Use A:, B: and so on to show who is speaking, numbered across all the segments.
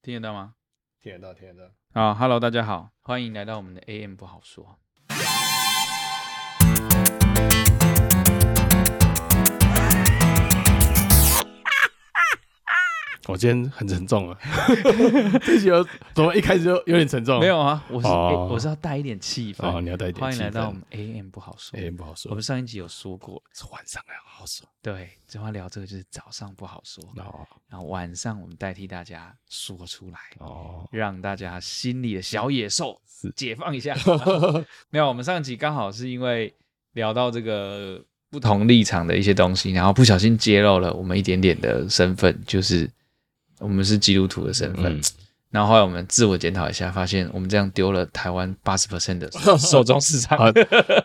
A: 听得到吗？
B: 听得到，听得到。
A: 啊哈喽，大家好，欢迎来到我们的 AM 不好说。
B: 我今天很沉重啊， 这集有怎么一开始就有点沉重？
A: 没有啊，我是、
B: 哦
A: 我是要带一点气氛。
B: 哦，你要带一点
A: 欢
B: 气
A: 迎
B: 氛。
A: 来到我们 AM 不好说。
B: 哎、不好
A: 我
B: 说
A: 们，上一集有说过，
B: 是晚上还好说。
A: 对，这话聊这个就是早上不好说，
B: 哦
A: 然后晚上我们代替大家说出来，
B: 哦，
A: 让大家心里的小野兽
B: 是
A: 解放 一下。没有，我们上集刚好是因为聊到这个不同立场的一些东西，然后不小心揭露了我们一点点的身份，就是我们是基督徒的身份。
B: 嗯
A: 然后后来我们自我检讨一下，发现我们这样丢了台湾八十 percent 的受众市场。
B: 好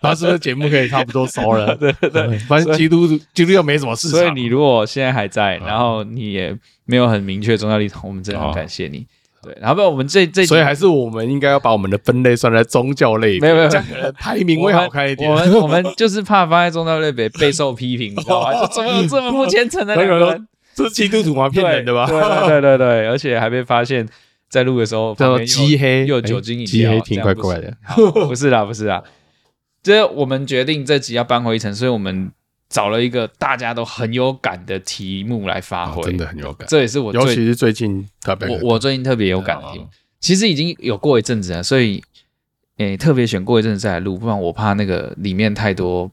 B: 那是不是节目可以差不多收了？对对对，反正基督基督又没什么市啊 场，
A: 所以你如果现在还在，
B: 啊
A: 然后你也没有很明确宗教立场，我们真的很
B: 哦
A: 感谢你。对，然后不然我们这这集
B: 所以还是我们应该要把我们的分类算在宗教类别，
A: 没有没有没有
B: 这样可能排名会好看一点。
A: 我们我们就是怕放在宗教类别备受批评，你知道吗？就 怎么有这么不虔诚的
B: 所以
A: 两
B: 有
A: 个
B: 人
A: 人？
B: 说这 是基督徒吗？骗人的吧？
A: 对对对对对，而且还被发现，在录的时候
B: 叫
A: 旁
B: 做
A: 边有
B: 鸡黑
A: 又有
B: 哎
A: 酒精饮料，
B: 鸡黑挺
A: 这样不
B: 怪
A: 行
B: 怪的。
A: 好不是啦，不是啦，这我们决定这集要搬回一层，所以我们找了一个大家都很有感的题目来发
B: 啊
A: 挥，
B: 真的很有感
A: 这也是我
B: 尤其
A: 最
B: 是最近他被
A: 我我最近特别有感的题
B: 啊
A: 目。其实已经有过一阵子了，所以诶、特别选过一阵子再来录，不然我怕那个里面太多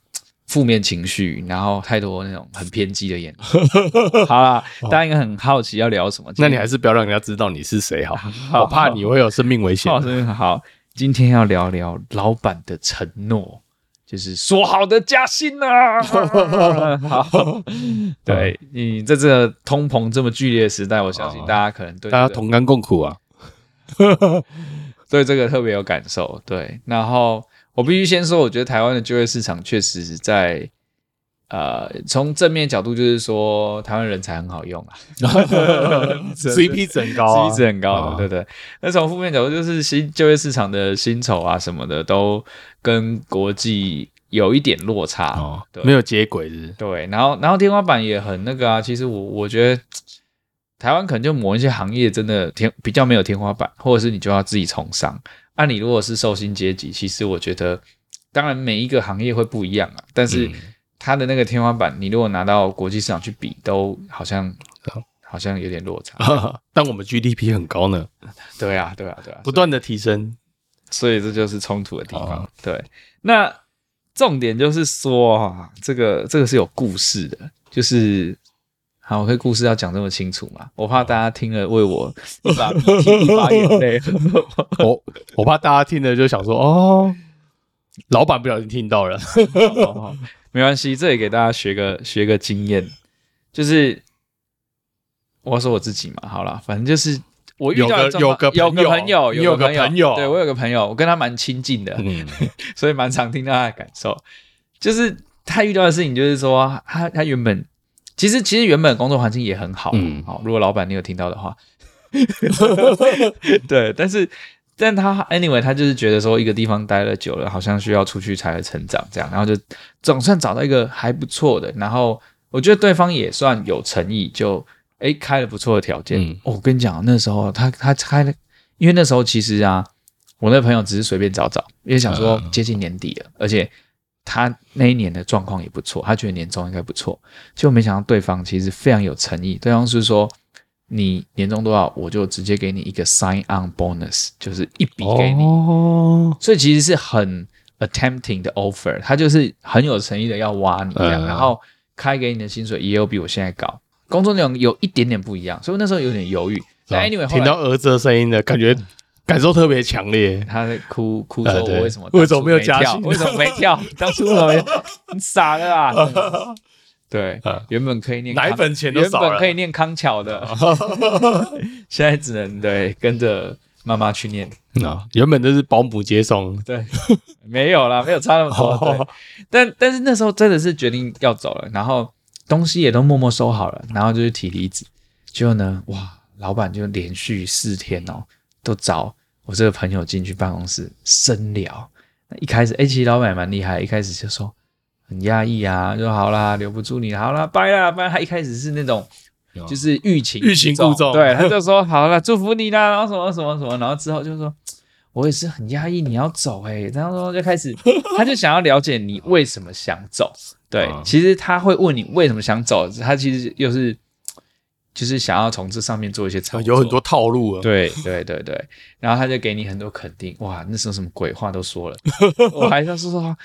A: 负面情绪，然后太多那种很偏激的言论。 好啦，大家应该很好奇要聊什么。
B: 哦那你还是不要让人家知道你是谁好，
A: 好
B: 我怕你会有生命危 险
A: 好，。真的好。今天要聊聊老板的承诺，就是说好的加薪 啊！
B: 哦
A: 好，对你在这个通膨这么剧烈的时代，我相信大家可能对、这
B: 哦大家
A: 个
B: 同甘共 苦啊！
A: 对这个特别有感受。对，然后我必须先说，我觉得台湾的就业市场确实是在呃，从正面角度就是说，台湾人才很好用啊
B: CP 值很高啊
A: ，CP 值很高的，
B: 啊
A: 对对。那从负面角度，就是新就业市场的薪酬啊什么的，都跟国际有一点落差。
B: 哦
A: 对，
B: 没有接轨日
A: 对，然后然后天花板也很那个啊。其实我我觉得台湾可能就某一些行业真的天比较没有天花板，或者是你就要自己从商。啊，你如果是受薪阶级，其实我觉得，当然每一个行业会不一样啊，但
B: 嗯
A: 是它的那个天花板，你如果拿到国际市场去比，都好像
B: 好
A: 好像有点落差。
B: 但我们 GDP 很高呢，
A: 对啊，对啊，对啊，
B: 不断的提升。
A: 所以这就是冲突的地方。
B: 哦
A: 对，那重点就是说啊，这个这个是有故事的，就是好，我可以故事要讲这么清楚嘛？我怕大家听了为我一把鼻涕一把眼泪。
B: 我我怕大家听了就想说哦，老板不小心听到了，
A: 哦没关系，这也给大家学个学个经验，就是我要说我自己嘛，好啦，反正就是。我遇到的状
B: 有
A: 况
B: 个
A: 有
B: 有
A: 个
B: 个
A: 朋
B: 朋友
A: 友，有
B: 你有个朋友
A: 对我有个朋友，我跟他蛮亲近的，
B: 嗯，
A: 所以蛮常听到他的感受，就是他遇到的事情，就是说他他原本其实其实原本工作环境也很好，
B: 嗯
A: 好、如果老板你有听到的 话，对，但是但他 anyway 他就是觉得说一个地方待了久了，好像需要出去才会成长，这样，然后就总算找到一个还不错的，然后我觉得对方也算有诚意，就诶开了不错的条件、
B: 嗯
A: 哦。我跟你讲，那时候他他开了，因为那时候其实啊，我那朋友只是随便找找，因为想说
B: 嗯
A: 接近年底了，而且他那一年的状况也不错，他觉得年终应该不错，就没想到对方其实非常有诚意，对方是说。你年终多少，我就直接给你一个 sign on bonus，就是一笔给你，
B: 哦，
A: 所以其实是很 attempting 的 offer，他就是很有诚意的要挖你这样，
B: 嗯
A: 然后开给你的薪水也有比我现在高，工作内容有一点点不一样，所以我那时候有点犹豫。但 anyway，后
B: 嗯听
A: 来嗯
B: 到儿子的声音的感觉，感受特别强烈。
A: 他在哭哭
B: 呃
A: 说：“
B: 对
A: 我为什么
B: 为什么没有
A: 当初
B: 加
A: 跳？
B: 薪
A: 为什么没 跳？当初为什么没？ 你傻了啊！”对
B: 嗯，
A: 原本可以念
B: 奶
A: 康
B: 粉钱都少了
A: 原本可以念康桥 的，现在只能对跟着妈妈去念。
B: 啊，原本就是保姆接送，
A: 对，没有啦，没有差那么多。
B: 哦
A: 对，但但是那时候真的是决定要走了，然后东西也都默默收好了，然后就是提离职。结果呢，哇，老板就连续四天哦，都找我这个朋友进去办公室深聊。那一开始，哎、其实老板也蛮厉害，一开始就说很压抑啊，就说好啦，留不住你，好啦，拜啦，拜啦。他一开始是那种
B: 有
A: 就是欲擒
B: 欲擒故纵
A: 对，他就说好了，祝福你啦，然后什么什么什么，然后之后就说。我也是很压抑，你要走哎、欸，然后就开始，他就想要了解你为什么想走。对，
B: 啊
A: 其实他会问你为什么想走，他其实又是就是想要从这上面做一些操作，
B: 哦有很多套路啊。
A: 对对对对，然后他就给你很多肯定，哇，那时候什么鬼话都说了， 我还要是说，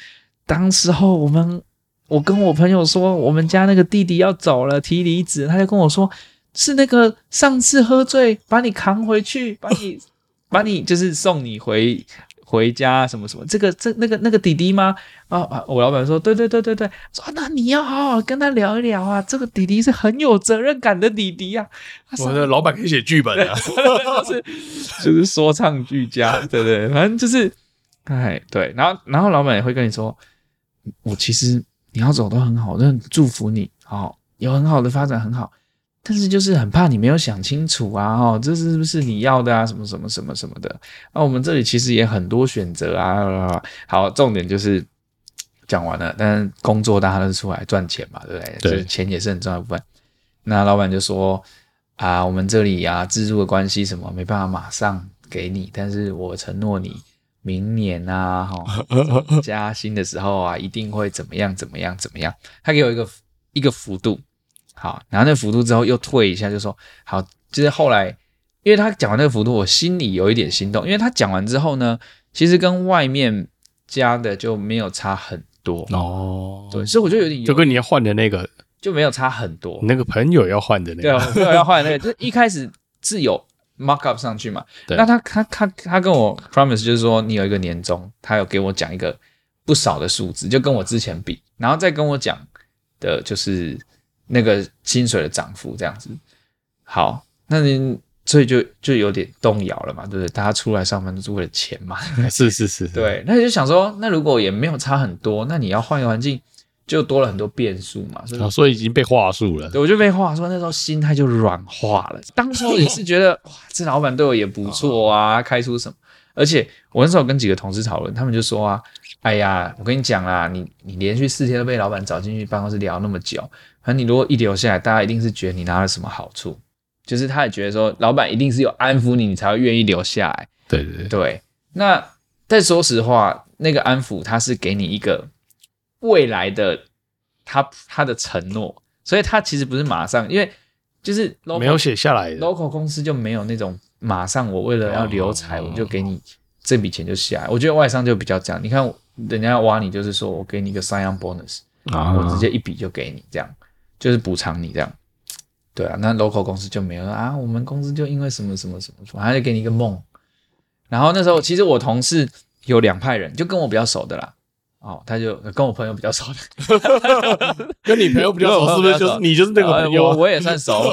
A: 当时候我们我跟我朋友说，我们家那个弟弟要走了，提离职，他就跟我说，是那个上次喝醉把你扛回去，把你 把你就是送你回。回家什么什么，这个这那个那个弟弟吗？啊啊！我老板说，对对对对对，说啊那你要好好跟他聊一聊啊，这个弟弟是很有责任感的弟弟啊。他上
B: 我的老板可以写剧本啊，
A: 就是就是说唱俱佳，对对，反正就是，哎，对，然后然后老板也会跟你说，我其实你要走都很好，我都很祝福你，哦，有很好的发展，很好，但是就是很怕你没有想清楚啊，哦，这是不是你要的啊，什么什么什么什么的，那、我们这里其实也很多选择啊，啦啦啦好，重点就是。讲完了，但是工作大家都是出来赚钱嘛，对不对？
B: 对
A: 就是钱也是很重要的部分。那老板就说：“啊，我们这里啊，自助的关系什么没办法马上给你，但是我承诺你，明年啊，哈、加薪的时候啊，一定会怎么样怎么样怎么样。”他给我一个一个幅度，好，然后那个幅度之后又退一下，就说：“好，就是后来。”因为他讲完那个幅度，我心里有一点心动。因为他讲完之后呢，其实跟外面加的就没有差很多，
B: 哦
A: 对，，所以我就有点
B: 就跟你要换的那个，
A: 就没有差很多
B: 你。那个朋友要换的那
A: 对啊，
B: 个，
A: 我没有要换那个，就是一开始是有 mark up 上去嘛。
B: 对
A: 那他他他他跟我 promise 就是说，你有一个年终，他有给我讲一个不少的数字，就跟我之前比，然后再跟我讲的就是那个薪水的涨幅这样子。好，那你所以就就有点动摇了嘛，对不对？大家出来上班都是为了钱嘛，
B: 是是是，是，
A: 对，那你就想说，那如果也没有差很多，那你要换一个环境，就多了很多变数嘛，所以
B: 啊所以已经被话术了。
A: 对，我就被话说那时候心态就软化了。当初也是觉得哇，这老板对我也不错啊，开出什么？而且我那时候跟几个同事讨论，他们就说啊，哎呀，我跟你讲啦，你你连续四天都被老板找进去办公室聊那么久，反正你如果一留下来，大家一定是觉得你拿了什么好处，就是他也觉得说，老板一定是有安抚你，你才会愿意留下来。
B: 对对对，
A: 对，那但说实话，那个安抚他是给你一个未来的他他的承诺，所以他其实不是马上，因为就是 local,
B: 没有写下来的，
A: local 公司就没有那种马上我为了要留才，
B: 哦
A: 我就给你这笔钱就下来。我觉得外商就比较这样，你看人家挖你就是说我给你一个 sign on bonus，
B: 啊
A: 我直接一笔就给你，这样就是补偿你这样。对啊，那 local 公司就没有了啊，我们公司就因为什么什么什么，他就给你一个梦。然后那时候其实我同事有两派人，就跟我比较熟的啦，哦，他就跟我朋友比较熟的，
B: 跟你朋友比 较熟，是不是就是你就是那个朋友
A: 哎呃我
B: 啊？
A: 我也算熟，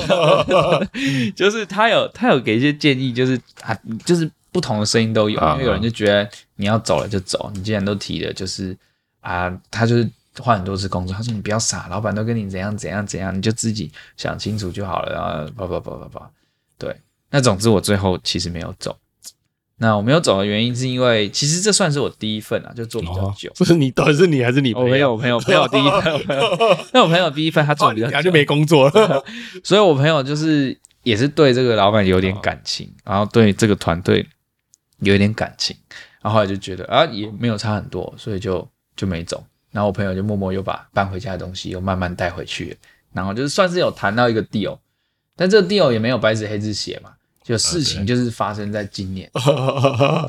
A: 就是他有他有给一些建议，就是啊，就是不同的声音都有，
B: 啊
A: 因为有人就觉得你要走了就走，你既然都提了，就是啊，他就是换很多次工作，他说你不要傻，老板都跟你怎样怎样怎样，你就自己想清楚就好了，然后叭叭叭叭叭，对，那总之我最后其实没有走。那我没有走的原因是因为，其实这算是我第一份啊，就做比较
B: 哦
A: 久。
B: 不是你，到底是你还是你
A: 我朋
B: 朋友？
A: 友，我朋友，朋友第一份，我朋友 那我朋友第一份他做
B: 怕
A: 得
B: 哦你
A: 比较
B: 等
A: 久
B: 下就没工作了。
A: 所以我朋友就是也是对这个老板有点感情，
B: 哦
A: 然后对这个团队有一点感情，然后后来就觉得啊也没有差很多，所以就就没走。然后我朋友就默默又把搬回家的东西又慢慢带回去了，然后就是算是有谈到一个 deal，但这个 deal 也没有白纸黑字写嘛，就事
B: 啊
A: 情就是发生在今年，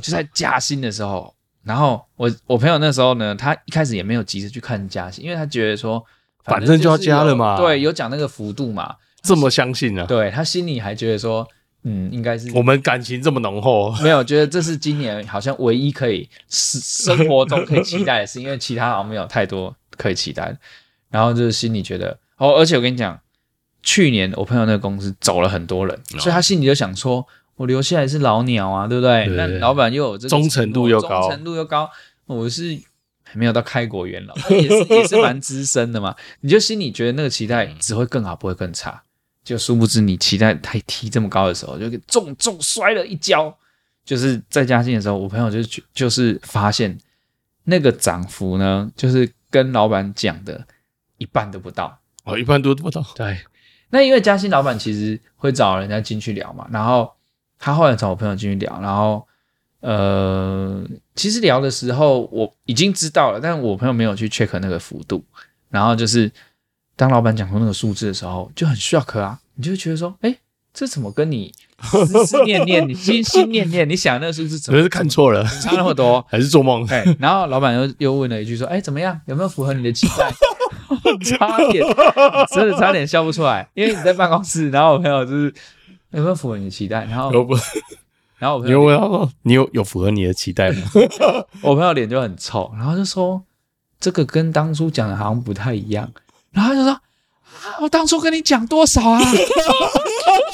A: 就在加薪的时候。然后我我朋友那时候呢，他一开始也没有急着去看加薪，因为他觉得说
B: 反正就要
A: 是有
B: 加了嘛
A: 对，有讲那个幅度嘛，
B: 这么相信啊？
A: 对他心里还觉得说，嗯，应该是
B: 我们感情这么浓厚，
A: 没有觉得这是今年好像唯一可以生生活中可以期待的 事，因为其他好像没有太多可以期待的。然后就是心里觉得，哦，而且我跟你讲，去年我朋友那个公司走了很多人，所以他心里就想说，我留下来是老鸟啊，对不对？
B: 哦对
A: 那老板又有这个
B: 忠诚度又高
A: 忠诚度又高，哦我是还没有到开国元 老，但也是也是蛮资深的嘛。你就心里觉得那个期待
B: 嗯
A: 只会更好，不会更差。就殊不知你期待太踢这么高的时候，就给重重摔了一跤。就是在嘉兴的时候，我朋友就去就是发现那个涨幅呢，就是跟老板讲的一半都不到。
B: 哦，一般都不到。
A: 对，那因为嘉兴老板其实会找人家进去聊嘛，然后他后来找我朋友进去聊，然后呃，其实聊的时候我已经知道了，但我朋友没有去 check 那个幅度，然后就是当老板讲出那个数字的时候就很 shock 啊，你就会觉得说，哎，这怎么跟你思思念念、你心心念念你想的那个数字怎
B: 可能
A: 么
B: 是看错了，
A: 差那么多？
B: 还是做梦？
A: 哎， 然后老板又又问了一句说：“哎，怎么样？有没有符合你的期待？” 差点真的差点笑不出来，因为你在办公室，然后我朋友就是有没有符合你的期待，然后
B: 有不？
A: 然后我朋
B: 你有
A: 友
B: 问他说，你有有符合你的期待吗？
A: 我朋友脸就很臭，然后就说这个跟当初讲的好像不太一样，然后他就说。啊！我当初跟你讲多少啊？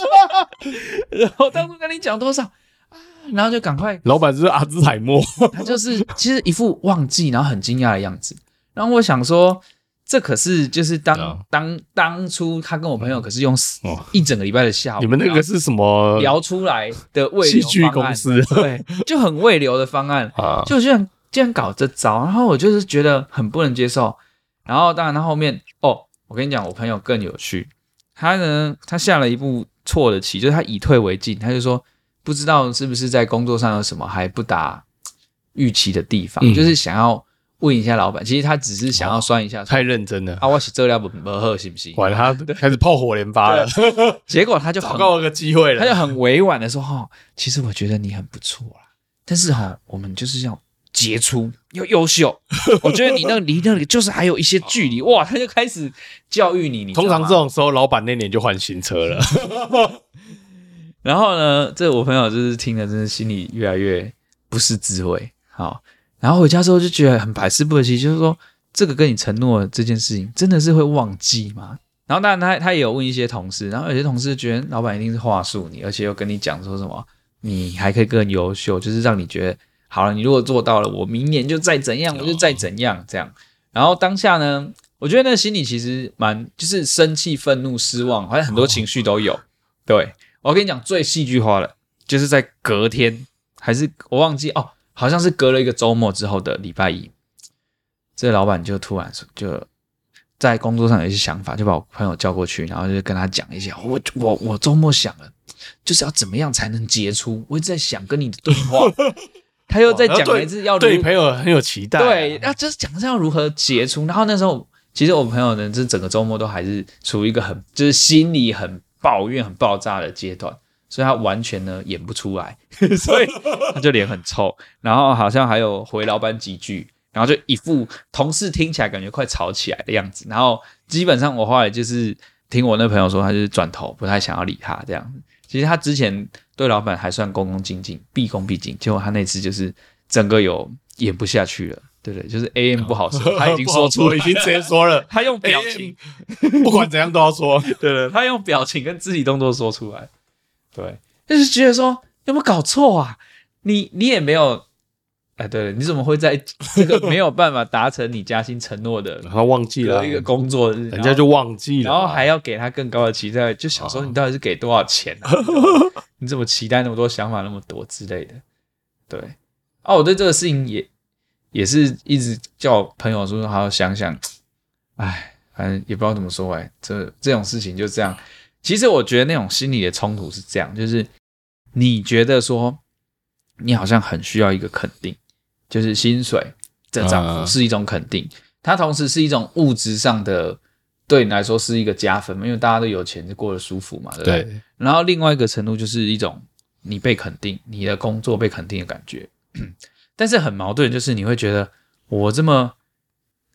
A: 然后当初跟你讲多少啊？然后就赶快
B: 老板就是阿兹海默，
A: 他就是其实一副忘记然后很惊讶的样子。然后我想说，这可是就是当、
B: 对啊
A: 当当初他跟我朋友可是用死
B: 哦
A: 一整个礼拜的下午，
B: 你们那个是什么
A: 聊出来的未
B: 戏
A: 流
B: 剧
A: 方案
B: 公司
A: 对，就很未流的方案，
B: 啊？
A: 就居然竟然搞这招，然后我就是觉得很不能接受。然后当然他后面哦，我跟你讲，我朋友更有趣，他呢他下了一步错的棋，就是他以退为进，他就说不知道是不是在工作上有什么还不达预期的地方，
B: 嗯哦
A: 就是想要问一下老板，其实他只是想要算一下说、
B: 太认真了，
A: 啊，我是这料不不合是不是？
B: 管他开始炮火连发了，
A: 结果他就
B: 找
A: 很
B: 到了个机会
A: 他就
B: 了。
A: 很委婉的说：“哈、其实我觉得你很不错啦，但是哈、我们就是要杰出又优 秀，我觉得你那个离那里就是还有一些距离。”哇，他就开始教育你，你知道
B: 通
A: 吗
B: 常这种时候，老板那年就换新车 了。
A: 然后呢，这我朋友就是听了，真的心里越来越不是滋味。好，然后回家之后就觉得很百思不得其解，就是说这个跟你承诺的这件事情，真的是会忘记吗？然后当然他他也有问一些同事，然后有些同事觉得老板一定是话术你，而且又跟你讲说什么你还可以更优秀，就是让你觉得好了，你如果做到了，我明年就再怎样，我就再怎样这样。然后当下呢，我觉得那心里其实蛮就是生气、愤怒、失望，好像很多情绪都有。对我跟你讲，最戏剧化的就是在隔天，还是我忘记哦，好像是隔了一个周末之后的礼拜一，这老板就突然说就在工作上有一些想法，就把我朋友叫过去，然后就跟他讲一下，我我我周末想了，就是要怎么样才能杰出，我一直在想跟你的对 话。他又再讲了一次要如
B: 哦对朋友很有期待啊，
A: 对，那就是讲是要如何解除。然后那时候，其实我朋友呢，这整个周末都还是处于一个很就是心里很抱怨、很爆炸的阶段，所以他完全呢演不出 来， 所以他就脸很臭，然后好像还有回老板几句，然后就一副同事听起来感觉快吵起来的样子。然后基本上我后来就是听我那朋友说，他就是转头不太想要理他这样子。其实他之前对老板还算恭恭敬敬、毕恭毕敬，结果他那次就是整个有演不下去了，对不对？就是 A M 不好说， 他已经说出
B: 不好已
A: 来，，
B: 经直接说了
A: 他用表情，
B: 不管怎样都要说。
A: 对对，他用表情跟肢体动作说出来，对，就是觉得说有没有搞错啊？你你也没有，哎，对了，你怎么会在这个没有办法达成你加薪承诺 的
B: 他忘记了啊，
A: 一个工作日，
B: 人家就忘记了
A: 然
B: 嘛，
A: 后还要给他更高的期待，就想说你到底是给多少钱、啊？你怎么期待那么多，想法那么多之类的？对，啊，我对这个事情也也是一直叫我朋友说好好想想，哎，反正也不知道怎么说哎、这这种事情就这样。其实我觉得那种心理的冲突是这样，就是你觉得说你好像很需要一个肯定，就是薪水的涨幅
B: 嗯
A: 是一种肯定，它同时是一种物质上的对你来说是一个加分嘛，因为大家都有钱就过得舒服嘛，对不对？
B: 对，
A: 然后另外一个程度就是一种你被肯定，你的工作被肯定的感觉。 但是很矛盾，就是你会觉得我这么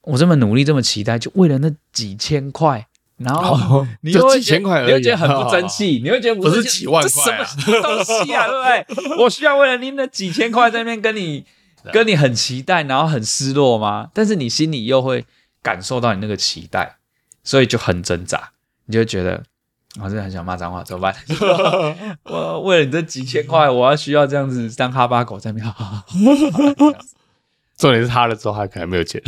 A: 我这么努力，这么期待，就为了那几千块，然后
B: 哦
A: 你又
B: 就
A: 会
B: 几千块
A: 觉
B: 而
A: 得你
B: 已，啊
A: 会觉得很不争气，你会觉得
B: 不是
A: 争气
B: 几万
A: 这
B: 块啊
A: 什么东西啊，对不 对？我需要为了你那几千块在那边跟你
B: 啊
A: 跟你很期待，然后很失落吗？但是你心里又会感受到你那个期待，所以就很挣扎，你就会觉得。我真的很想骂脏话，怎么办？ 我为了你这几千块，我要需要这样子当哈巴狗在那边， 哈哈哈哈
B: 重点是他了之后，他可能没有钱，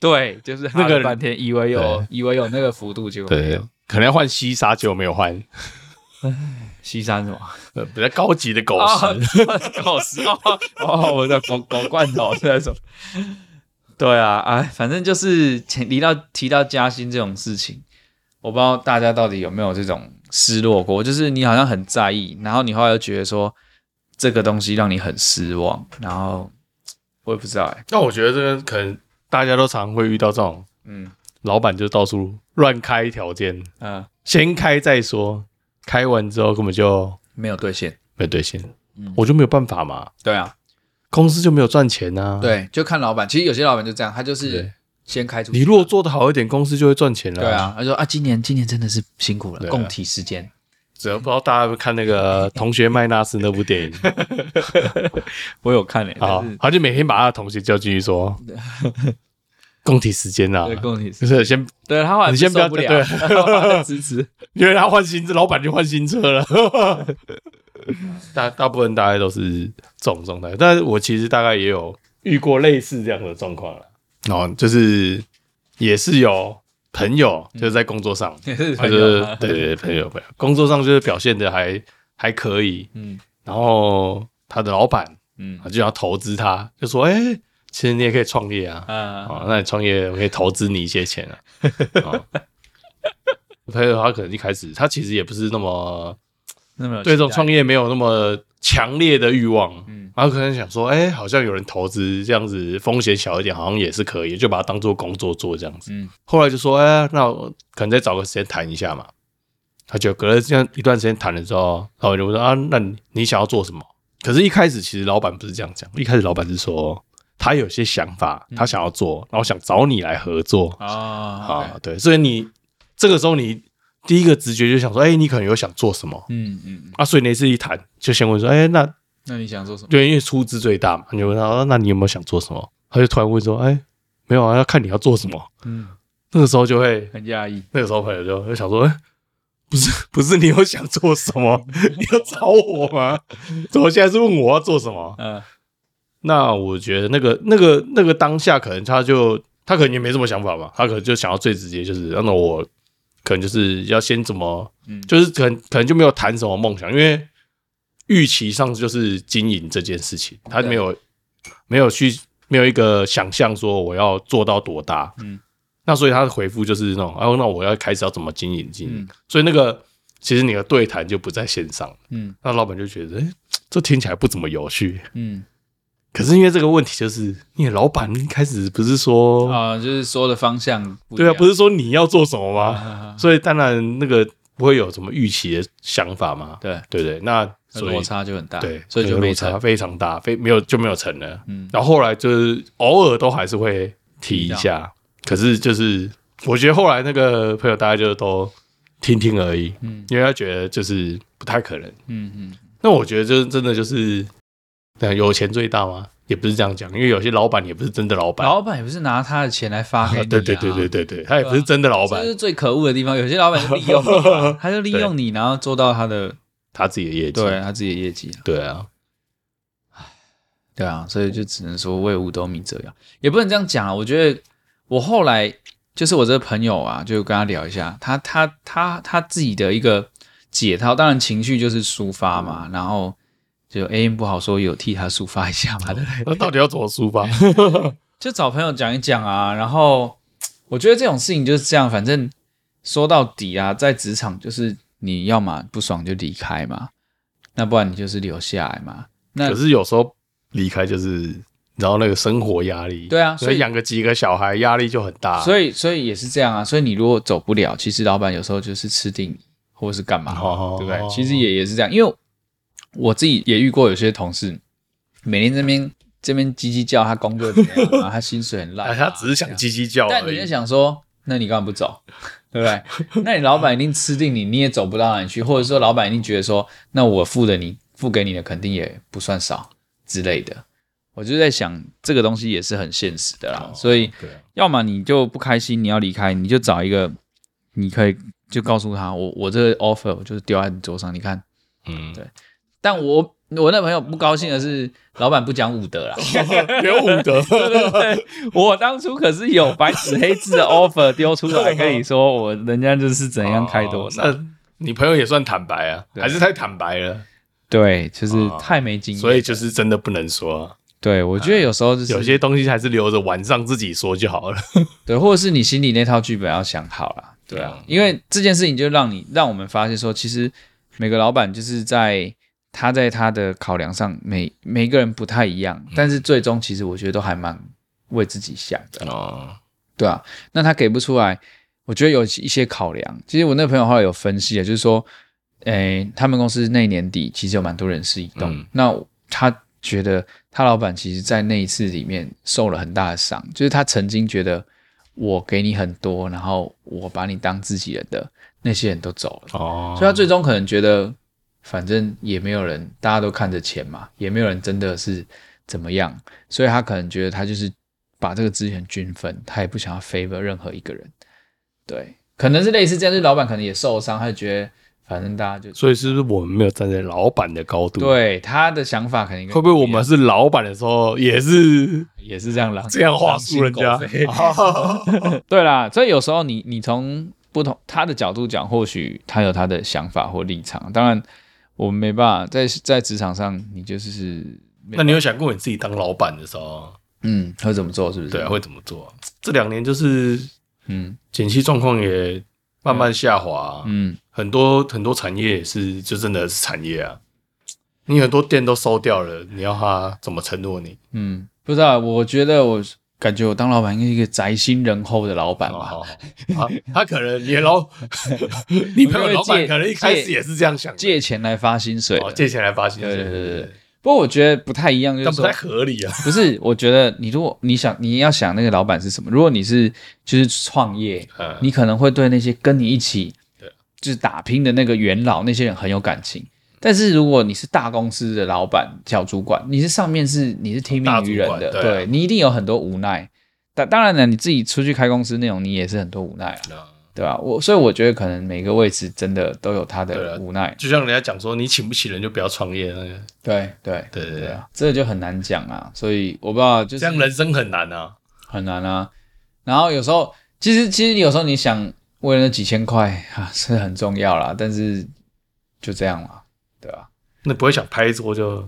A: 对，就是
B: 那
A: 那
B: 个
A: 个
B: 人
A: 半天以为有以为有那个幅度，结果没
B: 对
A: 有。，
B: 可能要换西沙，结果没有换，
A: 西山什么？
B: 呃比较高级的狗
A: 啊，
B: 食，
A: 狗食哦哦，我的狗狗罐头是那种。对啊，哎，反正就是前提到提到加薪这种事情，我不知道大家到底有没有这种失落过，就是你好像很在意，然后你后来又觉得说这个东西让你很失望，然后我也不知道哎、
B: 那我觉得这个可能大家都常会遇到这种
A: 嗯
B: 老板就到处乱开条件，
A: 嗯、
B: 先开再说，开完之后根本就
A: 没有兑现，
B: 没有兑现，
A: 嗯
B: 我就没有办法嘛，
A: 对啊，
B: 公司就没有赚钱啊。，
A: 对，就看老板。其实有些老板就这样，他就
B: 对
A: 是先开出去
B: 你如果做得好一点，公司就会赚钱了。
A: 对，啊，他就说啊，今年今年真的是辛苦
B: 对
A: 了，
B: 啊
A: 共体时间。
B: 只要不知道大家有没有看 那个《同学麦纳斯》那部电影
A: 我有看欸诶、
B: 啊，他就每天把他的同学叫进 去说，共体时间啊，
A: 共体时，
B: 就是先，
A: 对他后来
B: 你先不要
A: 受不了，
B: 对
A: 他后来 支持。
B: 因为他换新车，老板就换新车了。 大大部分大概都是这种状态，但是我其实大概也有遇过类似这样的状况了。
A: 嗯
B: 哦，就是也是有朋友
A: 嗯
B: 就是在工作上，
A: 也是
B: 他就是对对对朋友啊朋友，工作上就是表现的还还可以，
A: 嗯
B: 然后他的老板
A: 嗯
B: 啊就要投资他，就说：“哎、其实你也可以创业啊，
A: 啊，
B: 哦，那你创业我可以投资你一些钱啊。 哦”朋友他可能一开始他其实也不是那么
A: 那么有
B: 对这种
A: 期待
B: 创业没有那么强烈的欲望，
A: 嗯
B: 然后可能想说：“哎、好像有人投资这样子风险小一点，好像也是可以，就把它当做工作做这样子。”
A: 嗯
B: 后来就说，哎、那我可能再找个时间谈一下嘛。他就隔了这样一段时间谈了之后，老板就说啊，那你你想要做什么？可是，一开始其实老板不是这样讲，一开始老板是说他有些想法，他想要做，然后想找你来合作
A: 嗯啊
B: 啊，，对，所以你这个时候你第一个直觉就想说，哎、你可能有想做什么
A: 嗯嗯，嗯
B: 啊？所以你是一谈就先问说，哎、那
A: 那你想做什么？
B: 对，因为出资最大嘛，你就问他，啊那你有没有想做什么？他就突然问说，哎、没有啊，要看你要做什么。
A: 嗯，
B: 那个时候就会
A: 很压抑。
B: 那个时候朋友就就想说，欸不是不是你有想做什么？ 你要找我吗？怎么现在是问我要做什么？
A: 嗯
B: 那我觉得那个那个那个当下，可能他就他可能也没什么想法吧，他可能就想要最直接，就是啊那我可能就是要先怎么，
A: 嗯，
B: 就是可能可能就没有谈什么梦想，因为预期上就是经营这件事情，他
A: 对
B: 没有没有去没有一个想象说我要做到多大，
A: 嗯
B: 那所以他的回复就是那种，哦、那我要开始要怎么经营经营，
A: 嗯
B: 所以那个其实你的对谈就不在线上，
A: 嗯
B: 那老板就觉得，哎、这听起来不怎么有趣。
A: 嗯
B: 可是因为这个问题，就是你的老板一开始不是说，
A: 啊，就是说的方向不一
B: 哦对啊，
A: 样
B: 不是说你要做什么吗？
A: 啊
B: 所以当然那个不会有什么预期的想法嘛，
A: 对，
B: 对不对？那
A: 那
B: 所以
A: 落差就很大，
B: 对，
A: 所以
B: 那
A: 就
B: 个
A: 没
B: 落差
A: 成。
B: 非常大，非没有就没有成了。
A: 嗯
B: 然后后来就是偶尔都还是会提一下，可是就是我觉得后来那个朋友大家就都听听而已，
A: 嗯
B: 因为他觉得就是不太可能。
A: 嗯嗯
B: 那我觉得就是真的就是，呃，有钱最大吗？也不是这样讲，因为有些老板也不是真的老板，
A: 老板也不是拿他的钱来发给你、
B: 对
A: 啊，
B: 对对对对对，他也不是真的老板
A: 这，是最可恶的地方。有些老板就利用你嘛， 他就利用你，然后做到他的
B: 他自己的业绩，
A: 对他自己的业绩啊。
B: 对啊，
A: 对啊，所以就只能说为五斗米折腰，也不能这样讲啊。我觉得我后来就是我这个朋友啊，就跟他聊一下，他他他他自己的一个解套，当然情绪就是抒发嘛，然后就 A M 不好说，有替他抒发一下嘛，对不对？
B: 那到底要怎么 抒发？
A: 就找朋友讲一讲啊。然后我觉得这种事情就是这样，反正说到底啊，在职场就是你要嘛不爽就离开嘛，那不然你就是留下来嘛。那
B: 可是有时候离开就是，然后那个生活压力，
A: 对啊
B: 所
A: 所
B: 以
A: 以
B: 养个几个小孩压力就很大，以
A: 所以所以也是这样啊。所以你如果走不了，其实老板有时候就是吃定你，或是干嘛，
B: 哦
A: 对不对？其实也也是这样，因为我自己也遇过有些同事，每天这边这边叽叽叫他工作怎么样 啊，他薪水很烂、啊，
B: 哎他只是想叽叽叫
A: 但
B: 而
A: 你就
B: 已。
A: 想说，那你干嘛不走？ 对不对？那你老板一定吃定你，你也走不到哪里去，或者说老板一定觉得说，那我付的你付给你的肯定也不算少之类的。我就在想，这个东西也是很现实的啦，所以
B: 对啊
A: 要么你就不开心，你要离开，你就找一个，你可以就告诉他，我我这个 offer 我就是丢在你桌上，你看。
B: 嗯，
A: 但我我那朋友不高兴的是，老板不讲武德 啦。
B: 没 有武德，
A: 对对，对，我当初可是有白纸黑字的 offer 丢出来跟你说，我人家就是怎样开多少。
B: 哦那你朋友也算坦白啊，还是太坦白了，
A: 对，就是太没经验，
B: 哦所以就是真的不能说啊，
A: 对我觉得有时候就是
B: 有些东西还是留着晚上自己说就好了。
A: 对，或者是你心里那套剧本要想好了，对啊，因为这件事情就让你让我们发现说，其实每个老板就是在他在他的考量上，每每一个人不太一样，但是最终其实我觉得都还蛮为自己想的，
B: 哦，
A: 对啊。那他给不出来，我觉得有一些考量。其实我那个朋友后来有分析，啊就是说，诶、他们公司那一年底其实有蛮多人事异动，
B: 嗯
A: 那他觉得他老板其实在那一次里面受了很大的伤，就是他曾经觉得我给你很多，然后我把你当自己人的那些人都走了，
B: 哦，
A: 所以他最终可能觉得，反正也没有人，大家都看着钱嘛，也没有人真的是怎么样，所以他可能觉得他就是把这个资源均分，他也不想要 favor 任何一个人，对，可能是类似这样，就是老板可能也受伤，他就觉得反正大家就
B: 所以是不是我们没有站在老板的高度？，
A: 对他的想法肯定
B: 会不会我们是老板的时候也是
A: 也是这样狼
B: 这样话术人家
A: 狼心狗？对啦，所以有时候你你从不同他的角度讲，或许他有他的想法或立场。当然，我们没办法在在职场上，你就是
B: 那你有想过你自己当老板的时候，
A: 嗯会怎么做，是不是？
B: 对啊，会怎么做？这两年就是
A: 嗯
B: 景气状况也慢慢下滑啊、
A: 嗯
B: 很多很多产业也是就真的是产业啊，你很多店都收掉了，你要他怎么承诺你？
A: 嗯，不知道。我觉得我感觉我当老板应该是一个宅心仁厚的老板
B: 哦，
A: 吧。
B: 好好 啊，他可能你的老，你朋友老板可能一开始
A: 借
B: 也是这样想的，
A: 借钱来发薪水的，
B: 哦借钱来发薪水，
A: 对对对对对不过我觉得不太一样，就
B: 但
A: 是
B: 不
A: 说
B: 太合理啊。
A: 不是，我觉得你如果你想你要想那个老板是什么，如果你是就是创业，
B: 嗯
A: 你可能会对那些跟你一起
B: 对
A: 就是打拼的那个元老那些人很有感情。但是如果你是大公司的老板、小主管，你是上面是你是听命于人的，
B: 大主管对啊
A: 对你一定有很多无奈。但当然了，你自己出去开公司那种，你也是很多无奈啊，对吧、我所以我觉得可能每个位置真的都有他
B: 对啊
A: 的无奈，
B: 就像人家讲说，你请不起人就不要创业，那个
A: 对对
B: 对对
A: 对
B: 对，
A: 啊，这个就很难讲啊。所以我不知道，就是
B: 这样人生很难啊。
A: 很难啊。然后有时候，其实其实有时候你想为了那几千块啊是很重要啦，但是就这样啦，对吧、
B: 那不会想拍桌就
A: 啊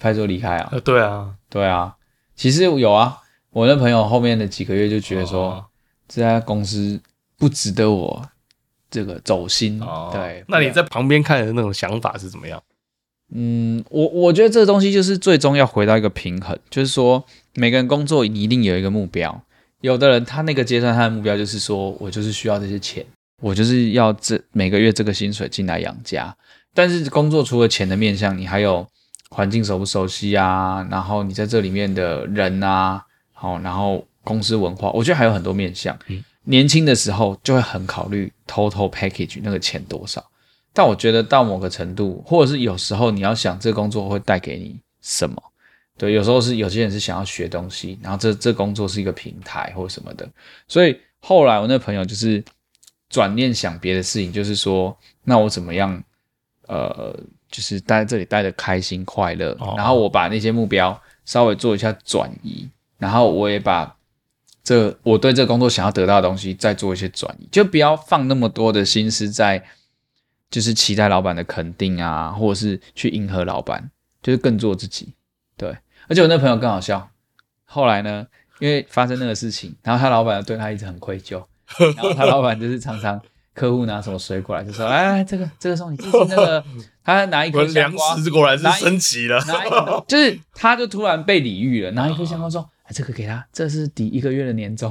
A: 拍桌离开啊，
B: 呃，对啊，
A: 对啊，其实有啊。我那朋友后面的几个月就觉得说，
B: 哦
A: 这家公司不值得我这个走心。
B: 哦，
A: 嗯对，啊
B: 那你
A: 不
B: 在旁边看的那种想法是怎么样？
A: 嗯，我我觉得这个东西就是最终要回到一个平衡，就是说每个人工作你一定有一个目标，有的人他那个阶段他的目标就是说我就是需要这些钱，我就是要这每个月这个薪水进来养家。但是工作除了钱的面向，你还有环境熟不熟悉啊，然后你在这里面的人啊，好、然后公司文化，我觉得还有很多面向。
B: 嗯
A: 年轻的时候就会很考虑 total package 那个钱多少。但我觉得到某个程度，或者是有时候你要想这工作会带给你什么，对，有时候是有些人是想要学东西，然后这这工作是一个平台或什么的，所以后来我那朋友就是转念想别的事情，就是说，那我怎么样，呃，就是待在这里待的开心快乐，
B: 哦
A: 然后我把那些目标稍微做一下转移，然后我也把这我对这个工作想要得到的东西再做一些转移，就不要放那么多的心思在就是期待老板的肯定啊，或者是去迎合老板，就是更做自己。对，而且我那朋友更好笑，后来呢，因为发生那个事情，然后他老板对他一直很愧疚，然后他老板就是常常客户拿什么水果来，就说：“来来来，这个这个送你，这是那 个。”他拿一颗
B: 我的
A: 香
B: 粮
A: 瓜，
B: 食果然是
A: 拿一
B: 升级了，
A: 拿一颗就是他就突然被礼遇了，拿一颗香瓜说：“哎，这个给他，这是抵一个月的年终。”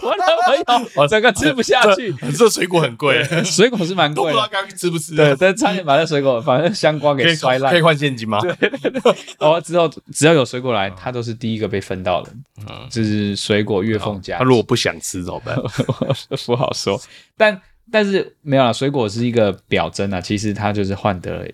A: 我男朋友整个吃不下去，
B: 哦 这水果很贵，
A: 水果是蛮
B: 都不
A: 贵
B: 知道
A: 的，
B: 刚刚吃不吃。啊
A: 对，但差点把那水果，把那香瓜
B: 可
A: 给
B: 以
A: 摔烂
B: 可以。换现金吗？
A: 然后之后哦只要有水果来，他都是第一个被分到的，就是水果月俸加。
B: 他如果不想吃怎么 办？
A: 不好说，但但是没有啦，水果是一个表征啊，其实它就是换得了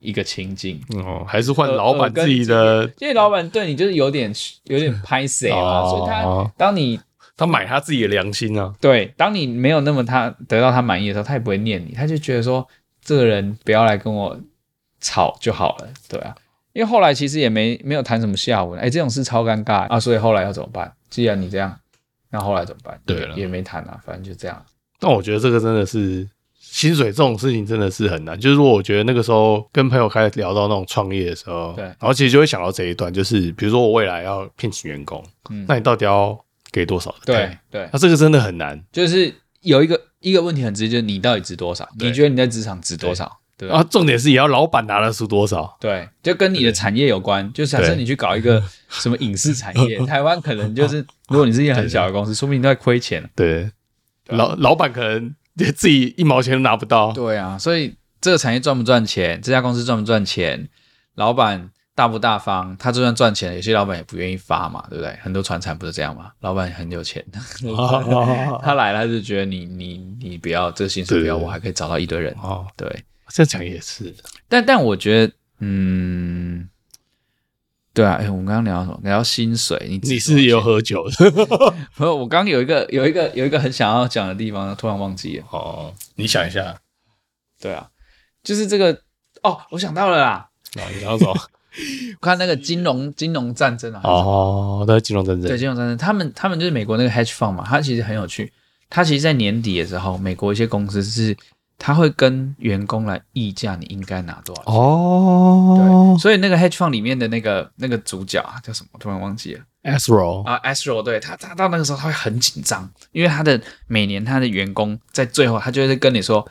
A: 一个情境，
B: 哦，还是换老板自己的，
A: 因为老板对你就是有点有点拍谁嘛，
B: 哦
A: 所以他当你
B: 他买他自己的良心啊。
A: 对当你没有那么他得到他满意的时候，他也不会念你，他就觉得说这个人不要来跟我吵就好了，对啊。因为后来其实也没没有谈什么下文，哎，这种事超尴尬啊，所以后来要怎么办？既然你这样，那后来怎么办？
B: 对了
A: 也没谈啊，反正就这样。
B: 但我觉得这个真的是薪水这种事情真的是很难。就是说，我觉得那个时候跟朋友开始聊到那种创业的时候，
A: 对
B: 然后其实就会想到这一段，就是比如说我未来要聘请员工，
A: 嗯
B: 那你到底要给多少的 pay？
A: 对对，
B: 那这个真的很难。
A: 就是有一个一个问题很直接，就是你到底值多少？
B: 对
A: 你觉得你在职场值多少？对吧？
B: 然后啊重点是也要老板拿得出多少，
A: 对，就跟你的产业有关。就假设
B: 对
A: 你去搞一个什么影视产 业，台湾可能就是，如果你是一个很小的公司，说不定都在亏钱。啊
B: 对，啊老老板可能 连自己一毛钱都拿不 到，
A: 对啊，所以这个产业赚不赚钱，这家公司赚不赚钱，老板大不大方，他就算赚钱，有些老板也不愿意发嘛，对不对？很多传产不是这样嘛，老板很有钱，
B: 哦，
A: 他来了他就觉得你你你不要这个薪水不要，
B: 对
A: 我还可以找到一堆人。
B: 哦
A: 对，
B: 这样讲也是，
A: 但但我觉得，嗯，对啊，哎，我们刚刚聊到什么？聊到薪水，你
B: 你是有喝酒的
A: 不是？我刚刚有一个有一个有一个很想要讲的地方，突然忘记了。
B: 哦，你想一下，
A: 对啊，就是这个哦，我想到了啦。
B: 哦你要 走
A: 看那个金融金融战争啊，
B: 哦，那金融战
A: 对
B: 争，
A: 金融战争，他们他们就是美国那个 hedge fund 嘛，它其实很有趣。它其实，在年底的时候，美国一些公司是它会跟员工来议价，你应该拿多少钱。
B: 哦
A: 对，所以那个 hedge fund 里面的那个那个主角啊，叫什么？突然忘记了
B: 对，Asro，
A: 啊，Astro，对他，他到那个时候他会很紧张，因为他的每年他的员工在最后，他就会跟你说，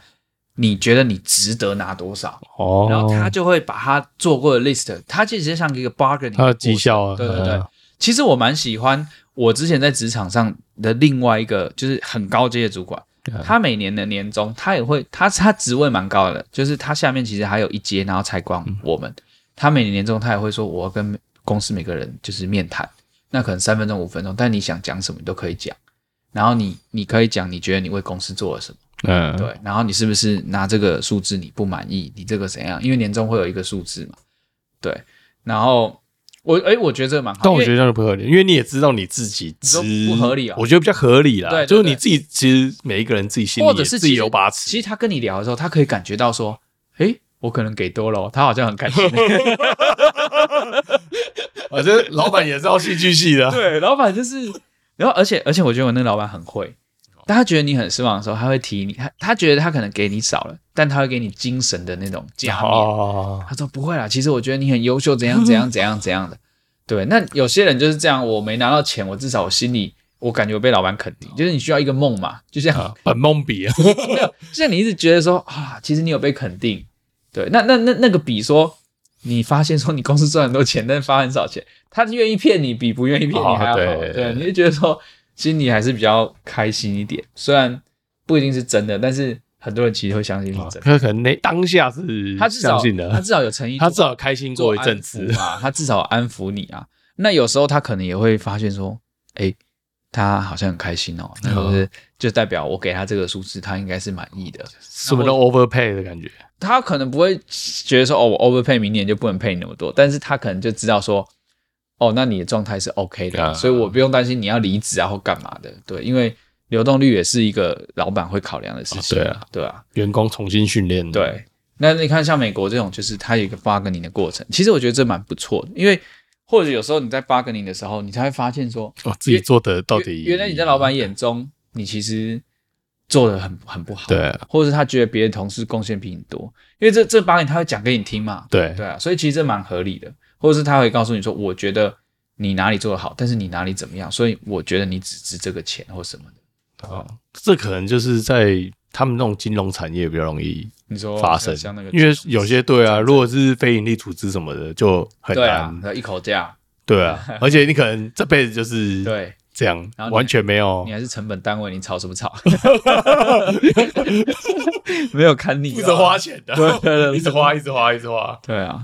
A: 你觉得你值得拿多少，
B: 哦，
A: 然后他就会把他做过的 list，他其实像一个 bargaining，
B: 他
A: 的
B: 的绩
A: 过程
B: 效啊，
A: 对对对
B: 嗯，
A: 其实我蛮喜欢我之前在职场上的另外一个就是很高阶的主管
B: 嗯，
A: 他每年的年终他也会，他他职位蛮高的，就是他下面其实还有一阶，然后才管我们。他每年年终他也会说，我要跟公司每个人就是面谈，那可能三分钟五分钟，但你想讲什么你都可以讲，然后你你可以讲你觉得你为公司做了什么。
B: 嗯，
A: 对，然后你是不是拿这个数字你不满意？你这个怎样？因为年终会有一个数字嘛，对。然后我哎、我觉得这个蛮好，
B: 但我
A: 因
B: 觉
A: 为
B: 得这样就不合理，因为你也知道你自己值
A: 你说不合理啊
B: 我觉得比较合理啦。
A: 对对
B: 就是你自己其实每一个人自己心里
A: 或者
B: 也
A: 是
B: 自
A: 其
B: 己
A: 实
B: 有把尺，
A: 其实他跟你聊的时候，他可以感觉到说，哎、我可能给多了哦，他好像很开 心。
B: 反正老板也知道戏剧系的，啊
A: 对，啊老板就是，然后而且而且我觉得我那个老板很会，当他觉得你很失望的时候，他会提你，他他觉得他可能给你少了，但他会给你精神的那种加冕。
B: 哦，
A: 他说不会啦，其实我觉得你很优秀，怎样 怎样怎样怎样的。对，那有些人就是这样，我没拿到钱，我至少我心里我感觉我被老板肯
B: 哦
A: 定，就是你需要一个梦嘛，就像、
B: 啊本梦比啊，
A: 就像你一直觉得说啊，其实你有被肯定，对，那那那那个比说你发现说你公司赚很多钱，但是发很少钱，他愿意骗你比不愿意骗你还要好，
B: 哦对
A: 对，你就觉得说心里还是比较开心一点，虽然不一定是真的，但是很多人其实会相信是嗯真的，
B: 他可能那当下是
A: 他至少
B: 哦相信
A: 他
B: 的，
A: 至少有诚意做，
B: 他至少开心过一阵
A: 做
B: 子
A: 安抚，嘛，他至少安抚你啊。 那有时候他可能也会发现说，哎、他好像很开心哦，那
B: 嗯
A: 就是就代表我给他这个数字，他应该是满意的。
B: 什么都 overpay 的感觉，
A: 他可能不会觉得说，哦，我 overpay 明年就不能配你那么多，但是他可能就知道说，哦，那你的状态是 OK 的，
B: 啊
A: 所以我不用担心你要离职啊或干嘛的。对，因为流动率也是一个老板会考量的事情。
B: 啊对啊，
A: 对啊。
B: 员工重新训练，，
A: 对，那你看像美国这种，就是它有一个 bargaining 的过程，其实我觉得这蛮不错的，因为或者有时候你在 bargaining 的时候，你才会发现说，
B: 哦，自己做的到底
A: 原原来你在老板眼中，你其实做的很很不好，
B: 对啊
A: 或者是他觉得别的同事贡献比你多，因为这这 bargaining 他会讲给你听嘛，
B: 对
A: 对啊，所以其实这蛮合理的，或者是他会告诉你说，我觉得你哪里做的好，但是你哪里怎么样，所以我觉得你只值这个钱或什么的。
B: 啊，这可能就是在他们那种金融产业比较容易
A: 你说
B: 发生
A: 像那个，
B: 因为有些对啊，如果是非盈利组织什么的，就很
A: 对啊
B: 难，，
A: 一口价，
B: 对 啊，而且你可能这辈子就是
A: 对。
B: 这样
A: 然后，你
B: 完全没有
A: 你还是成本单位，你吵什么 吵？没有看你
B: 一直花钱的，
A: 对对对
B: 一直花，一直花，一直花。
A: 对啊，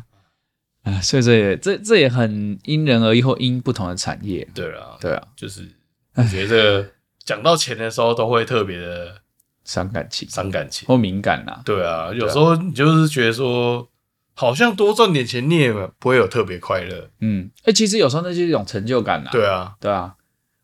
A: 啊，所以这也这这也很因人而异，或因不同的产业。
B: 对了，
A: 对啊，
B: 就是我觉得讲到钱的时候，都会特别的
A: 伤感情
B: 伤感情。
A: 或敏感啦、
B: 对啊，有时候你就是觉得说，好像多赚点钱，你也不会有特别快乐。
A: 嗯，哎、其实有时候那就是一种成就感啦、
B: 对啊，
A: 对啊，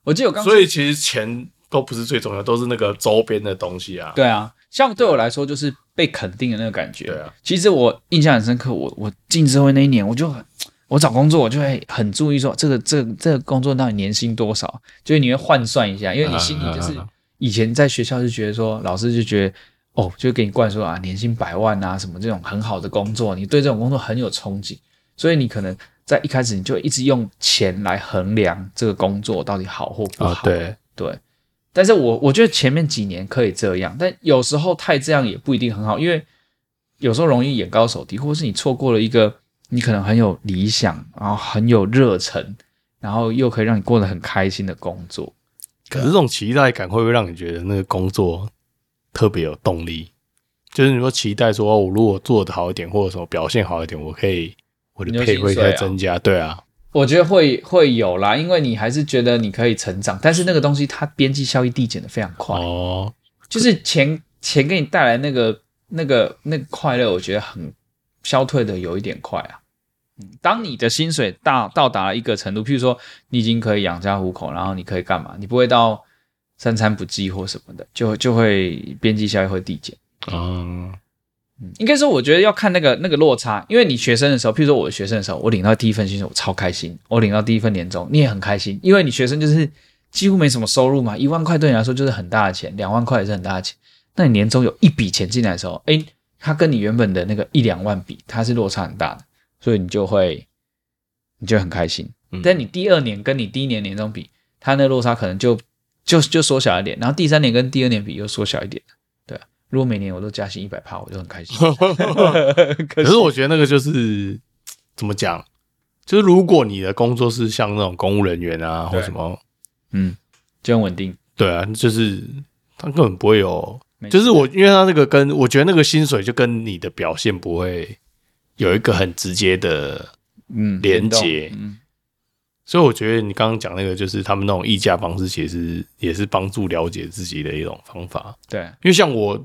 A: 我记得我刚
B: 所以其实钱都不是最重要，都是那个周边的东西啊。
A: 对啊，像对我来说就是被肯定的那个感觉。
B: 对啊，
A: 其实我印象很深刻，我我进社会那一年，我就很我找工作，我就会很注意说这个这个这个工作到底年薪多少，就是你会换算一下，因为你心里就是
B: 嗯嗯嗯嗯
A: 以前在学校就觉得说，老师就觉得。哦，就给你灌输啊，年薪百万啊，什么这种很好的工作，你对这种工作很有憧憬，所以你可能在一开始你就一直用钱来衡量这个工作到底好或不好。
B: 啊，对，
A: 对，但是我我觉得前面几年可以这样，但有时候太这样也不一定很好，因为有时候容易眼高手低，或是你错过了一个你可能很有理想，然后很有热忱，然后又可以让你过得很开心的工作。
B: 可是这种期待感会不会让你觉得那个工作特别有动力？就是你说期待说，哦我如果做的好一点，或者什么表现好一点，我可以我的
A: 你有
B: 配会
A: 薪水
B: 再
A: 啊
B: 增加。对啊，
A: 我觉得会会有啦，因为你还是觉得你可以成长，但是那个东西它边际效益递减的非常快，
B: 哦，
A: 就是钱钱给你带来那个那个那个快乐，我觉得很消退的有一点快啊。嗯，当你的薪水到到达了一个程度，譬如说你已经可以养家糊口，然后你可以干嘛？你不会到三餐不继或什么的，就就会边际效益会递减。
B: 嗯，
A: 应该说，我觉得要看那个那个落差，因为你学生的时候，譬如说我学生的时候，我领到第一份薪水，我超开心；我领到第一份年终，你也很开心，因为你学生就是几乎没什么收入嘛，一万块对你来说就是很大的钱，两万块也是很大的钱。那你年终有一笔钱进来的时候，哎，它跟你原本的那个一两万比，它是落差很大的，所以你就会你就会很开心。
B: 嗯
A: 但你第二年跟你第一年年终比，它那落差可能就就就缩小一点，然后第三年跟第二年比又缩小一点，对啊。如果每年我都加薪一百趴，我就很 开心。可
B: 可是我觉得那个就是怎么讲，就是如果你的工作是像那种公务人员啊，或
A: 对
B: 什么，
A: 嗯，就很稳定，
B: 对啊，就是他根本不会有，
A: 没
B: 就是我因为他那个跟我觉得那个薪水就跟你的表现不会有一个很直接的
A: 嗯
B: 连接
A: 联动嗯，
B: 所以我觉得你刚刚讲那个，就是他们那种议价方式，其实也是帮助了解自己的一种方法。
A: 对，啊
B: 因为像我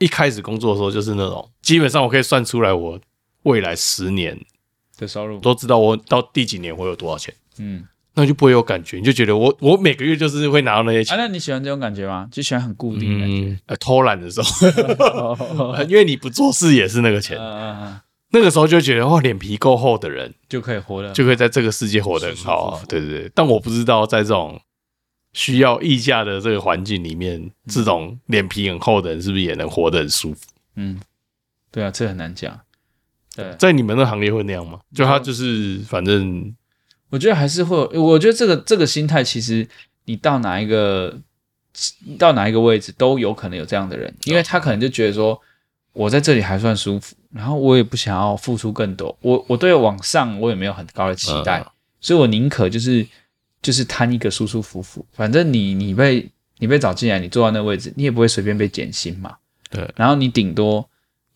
B: 一开始工作的时候，就是那种基本上我可以算出来，我未来十年
A: 的收入，
B: 都知道我到第几年会有多少钱，
A: 嗯，
B: 那你就不会有感觉，你就觉得我我每个月就是会拿到那些
A: 啊，
B: 钱。
A: 那你喜欢这种感觉吗？就喜欢很固定的感觉
B: 嗯，呃，偷懒的时候，
A: 哦，
B: 因为你不做事也是那个钱
A: 嗯，嗯嗯，
B: 那个时候就觉得哇，脸皮够厚的人
A: 就可以活了，
B: 就可以在这个世界活得很好啊
A: 舒舒服。服
B: 对对对，但我不知道在这种需要溢价的这个环境里
A: 嗯
B: 面，这种脸皮很厚的人是不是也能活得很舒服？
A: 嗯，对啊，这很难讲。对，
B: 在你们那行业会那样吗？
A: 嗯
B: 就他就是反正
A: 我觉得还是会有，我觉得这个这个心态，其实你到哪一个到哪一个位置都有可能有这样的人，因为他可能就觉得说，我在这里还算舒服，然后我也不想要付出更多，我我对往上我也没有很高的期待，
B: 嗯
A: 所以我宁可就是就是贪一个舒舒服服，反正你你被你被找进来，你坐到那个位置，你也不会随便被减薪嘛，
B: 对，
A: 然后你顶多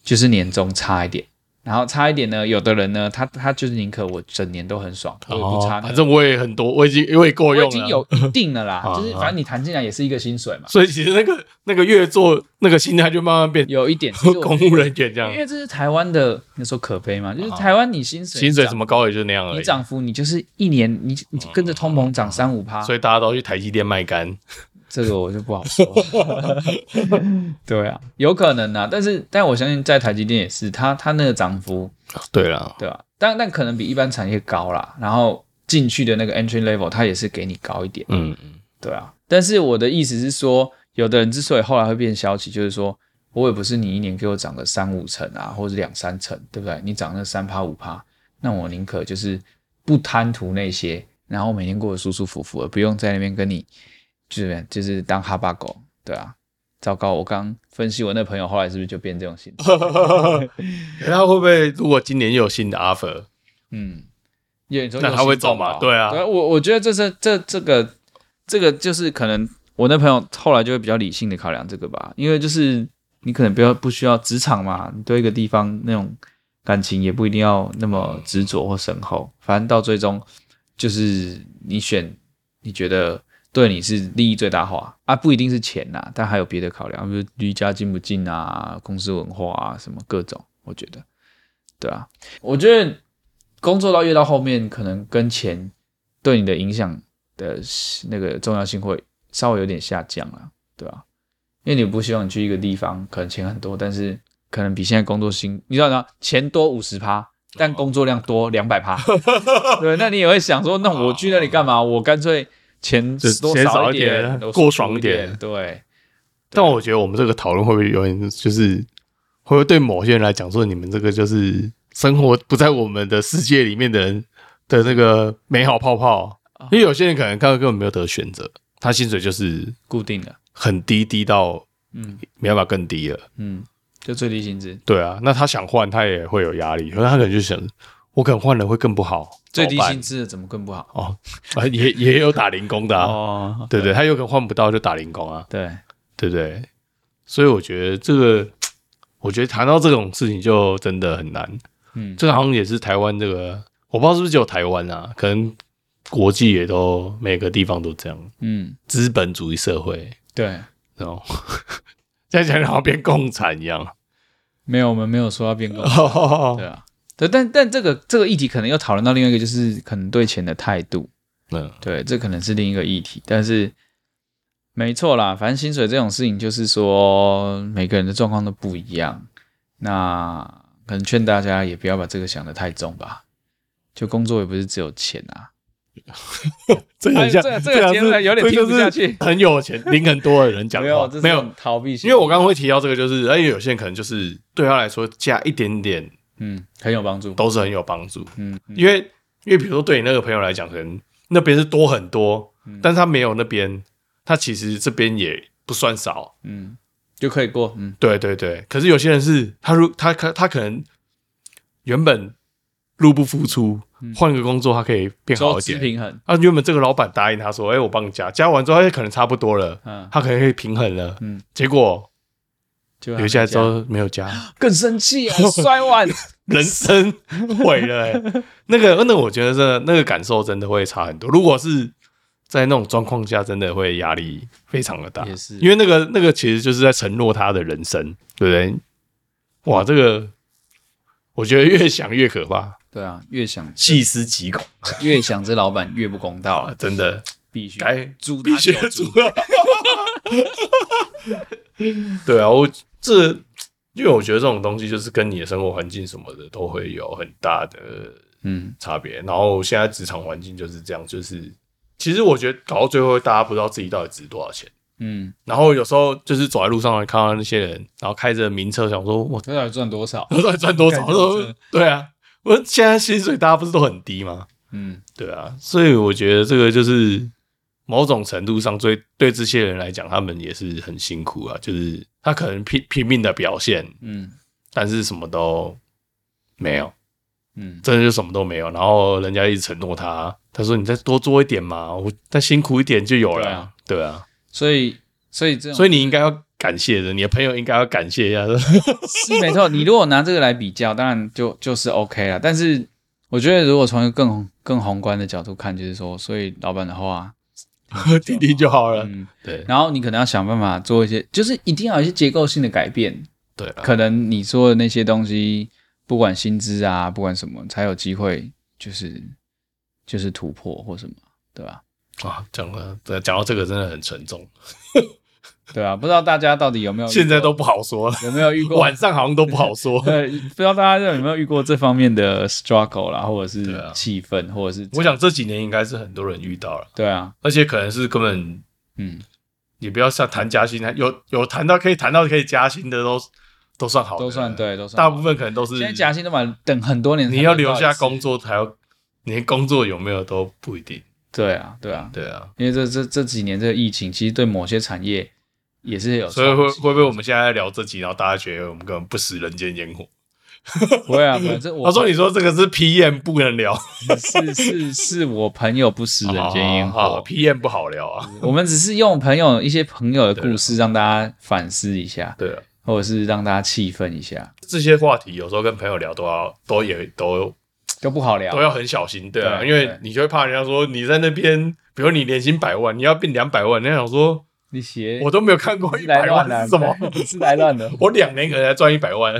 A: 就是年终差一点。然后差一点呢，有的人呢，他他就是宁可我整年都很爽，我也不差
B: 哦
A: 那
B: 反正我也很多，我已经我也够
A: 我已
B: 用
A: 经
B: 了。
A: 有一定了啦
B: 啊，
A: 就是反正你谈进来也是一个薪水 嘛，
B: 所以其实那个那个月做那个心态就慢慢变
A: 有一点。其实我
B: 公务人员这样
A: 因，为这是台湾的，你说可悲嘛，就是台湾你薪水
B: 啊薪水什么高也就那样
A: 涨，
B: 而
A: 你
B: 已。哦
A: 涨幅你就是一年你你跟着通膨涨三五趴，
B: 所以大家都去台积电卖干，
A: 这个我就不好说。 对啊，有可能啊，但是但我相信在台积电也是，它它那个涨幅
B: 对啦，
A: 对吧、啊但但可能比一般产业高啦，然后进去的那个 entry level 它也是给你高一点。
B: 嗯，
A: 对啊，但是我的意思是说，有的人之所以后来会变消极，就是说我也不是你一年给我涨个三五成啊，或者两三成，对不对？你涨那三趴五趴，那我宁可就是不贪图那些，然后每天过得舒舒服服的，不用在那边跟你就是就是当哈巴狗，对啊。糟糕，我刚分析我那朋友后来是不是就变这种心态？
B: 他会不会如果今年又有新的 offer，
A: 嗯，因为你说
B: 那
A: 用
B: 他会
A: 心
B: 中吗
A: 保
B: 对啊
A: 我我觉得这是这这个这个就是可能我那朋友后来就会比较理性的考量这个吧，因为就是你可能不要不需要职场嘛，你对一个地方那种感情也不一定要那么执着或深厚，反正到最终就是你选你觉得。对你是利益最大化啊，不一定是钱呐、但还有别的考量，比如离家近不近啊，公司文化啊，什么各种，我觉得，对啊，我觉得工作到越到后面，可能跟钱对你的影响的那个重要性会稍微有点下降了，对吧、因为你不希望你去一个地方，可能钱很多，但是可能比现在工作薪，你知道吗？钱多五十趴，但工作量多两百趴，
B: 哦
A: 对， 那你也会想说，那我去那里干嘛？我干脆钱
B: 就
A: 多
B: 哦钱少
A: 少
B: 一
A: 点
B: 点，
A: 多舒
B: 过
A: 服
B: 爽一
A: 一
B: 点
A: 对，
B: 但我觉得我们这个讨论会不会有点就是，会不会对某些人来讲说，你们这个就是生活不在我们的哦世界 里面的人的那个美好泡泡？因为有些人可能根本根本没有得选择，他薪水就是
A: 固定的，
B: 很低，低到
A: 嗯
B: 没办法更低了。
A: 嗯，就最低薪资，
B: 对啊，那他想换，他也会有压力，可能他可能就想，我可能换了会更不好，
A: 最低
B: 怎么办
A: 薪资的怎么更不好？
B: 哦，啊 也也有打零工的啊，
A: 哦，
B: 对不对？他有可能换不到就打零工啊，
A: 对，
B: 对不对？所以我觉得这个，我觉得谈到这种事情就真的很难。
A: 嗯
B: 这个好像也是台湾这个，我不知道是不是只有台湾啊，可能国际也都每个地方都这样，
A: 嗯，
B: 资本主义社会，
A: 对，
B: 然后 现在讲得好像变共产一样。
A: 没有，我们没有说要变更，
B: 哦
A: 对啊，对，但但这个这个议题可能又讨论到另外一个，就是可能对钱的态度，
B: 嗯，
A: 对，这可能是另一个议题，但是没错啦，反正薪水这种事情，就是说每个人的状况都不一样，那可能劝大家也不要把这个想得太重吧。就工作也不是只有钱 啊，
B: 这
A: 个很像 哎这个这个
B: 好像
A: 结论
B: 是
A: 有点
B: 这个
A: 听不下去
B: 就是很有钱，领很多的人讲
A: 没
B: 话
A: 有，这，是
B: 没有
A: 种，逃避性，
B: 因为我刚刚会提到这个，就是哎，有些人可能就是对他来说加一点点
A: 嗯很有帮助，
B: 都是很有帮助，
A: 嗯嗯
B: 因为因为比如说对你那个朋友来讲，可能那边是多很多，
A: 嗯
B: 但是他没有那边，他其实这边也不算少。
A: 嗯就可以过，嗯
B: 对对对，可是有些人是他如他可他可能原本入不敷出，
A: 嗯
B: 换个工作他可以变好
A: 收
B: 一
A: 支
B: 点。
A: 平衡，
B: 啊，原本这个老板答应他说：“哎、我帮你加，加完之后他可能差不多了，
A: 嗯
B: 他可能可以平衡了。”
A: 嗯，
B: 结果
A: 就
B: 留下来之后没有加，
A: 更生气 啊，摔碗，
B: 人生毁了、欸。那个，那我觉得真的那个感受真的会差很多。如果是在那种状况下，真的会压力非常的大，
A: 也是
B: 因为那个那个其实就是在承诺他的人生，对不对？哇，这个我觉得越想越可怕，
A: 对啊，越想
B: 细思极恐，啊
A: 越想这老板越不公道了，
B: 真的
A: 必须
B: 该
A: 诛
B: 必
A: 他
B: 须
A: 九
B: 主啊
A: 族，
B: 要。对啊，我这因为我觉得这种东西就是跟你的生活环境什么的都会有很大的
A: 嗯
B: 差别。然后现在职场环境就是这样，就是其实我觉得搞到最后，大家不知道自己到底值多少钱。
A: 嗯，
B: 然后有时候就是走在路上看到那些人，然后开着名车，想说 我
A: 这到底赚多少？
B: 我到底赚多少？
A: 干多少
B: 说对啊，我现在薪水大家不是都很低吗？
A: 嗯，
B: 对啊，所以我觉得这个就是某种程度上对对这些人来讲，他们也是很辛苦啊。就是他可能拼拼命的表现，
A: 嗯
B: 但是什么都没有。
A: 嗯
B: 真的就什么都没有。然后人家一直承诺他，他说你再多做一点嘛，我再辛苦一点就有了。
A: 对啊
B: 对啊，，
A: 所以所以这种
B: 所以你应该要感谢的，你的朋友应该要感谢一下。
A: 是没错。你如果拿这个来比较，当然就就是 OK 了。但是我觉得，如果从一个更更宏观的角度看，就是说，所以老板的话，
B: 听听就好了。
A: 嗯，
B: 对
A: 然后你可能要想办法做一些，就是一定要有一些结构性的改变。
B: 对啊，
A: 可能你说的那些东西，不管薪资啊，不管什么，才有机会，就是就是突破或什么，对吧？
B: 啊，讲了，对讲到这个真的很沉重，
A: 对啊，不知道大家到底有没有遇
B: 现在
A: 过
B: 都不好说，
A: 有没有遇过
B: 晚上好像都不 好说。
A: 对，不知道大家有没有遇过这方面的 struggle 啦，或者
B: 对
A: 是
B: 啊
A: 气氛，或者是
B: 我想这几年应该是很多人遇到了，
A: 对啊，
B: 而且可能是根本
A: 嗯，
B: 也不要像谈加薪，有有谈到可以谈到可以加薪的都都算好的，
A: 都算。对，都算。
B: 哦啊大部分可能都是
A: 现在假薪都嘛，等很多年才
B: 你要
A: 轮到一
B: 留下
A: 次
B: 工，作才要，你连工作有没有都不一定。
A: 对啊，对啊，
B: 对啊，
A: 因为这这这几年这个疫情，其实对某些产业也是有
B: 所以会
A: 冲击
B: 会不会我们现在聊这集，然后大家觉得我们根本不食人间烟火？
A: 不会啊，反正我
B: 他说：“你说这个是 PM 不能聊，
A: 是是是我朋友不食人间烟
B: 好好好
A: 火，
B: ，PM 不哦好啊聊啊。
A: 我们只是用朋友一些朋友的故事让大家反思一下”，
B: 对啊，
A: 或者是让大家气愤一下，
B: 这些话题有时候跟朋友聊都要都也都
A: 都不好聊
B: 都。要很小心，对啊，
A: 对
B: 因为
A: 对
B: 你就会怕人家说你在那边，比如你年薪百万，你要变两百万，人家想说
A: 你写
B: 我都没有看过一
A: 是
B: 百
A: 来乱
B: 万
A: 的，
B: 是什么，
A: 你是来乱的。
B: 我两年可能才赚一百 万。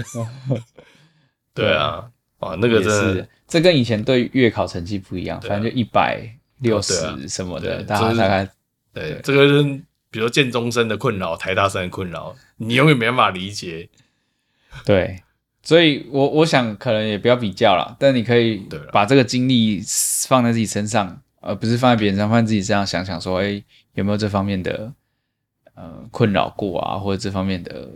B: 对啊，哇， 那个
A: 也
B: 真的
A: 是，这跟以前对月考成绩不一样，
B: 对啊
A: 反正就一百六
B: 哦对
A: 十什么的，
B: 对
A: 大
B: 就
A: 家
B: 是
A: 大概
B: 对
A: 对，
B: 这个是比如说建中生的困扰，台大生的困扰，你永远没办法理解。
A: 对。所以我我想可能也不要比较啦，但你可以
B: 对啦
A: 把这个精力放在自己身上，而不是放在别人上，放在自己身上想想说，哎、有没有这方面的呃困扰过啊，或者这方面的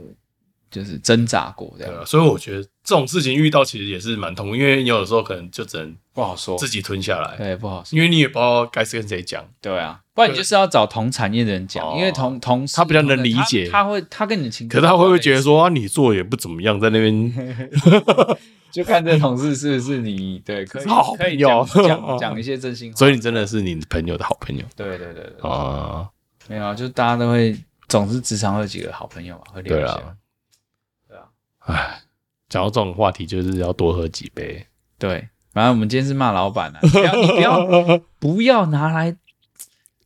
A: 就是挣扎过这
B: 对
A: 样，
B: 啊，所以我觉得这种事情遇到其实也是蛮痛苦，因为你有时候可能就只能
A: 不好说
B: 自，己吞下来，
A: 对，不好说，
B: 因为你也不知道该是跟谁讲。
A: 对啊，不然你就是要找同产业的人讲，
B: 哦
A: 因为同同事
B: 他比较能理解
A: 他他会他跟你的情
B: 可
A: 况
B: 是
A: 类似，
B: 他会不会觉得说啊，你做也不怎么样，在那边
A: 就看这同事是不是你对可以
B: 好
A: 可以
B: 朋友啊
A: 讲讲讲一些真心话，
B: 所以你真的是你朋友的好朋友
A: 对对对对，对
B: 啊？
A: 没有啊，就大家都会，总是职场会有几个好朋友嘛，会聊
B: 对
A: 一下。
B: 啊，
A: 对啊，
B: 哎，讲到这种话题，就是要多喝几杯。
A: 对，反正我们今天是骂老板啊， 你不要你不要不要拿来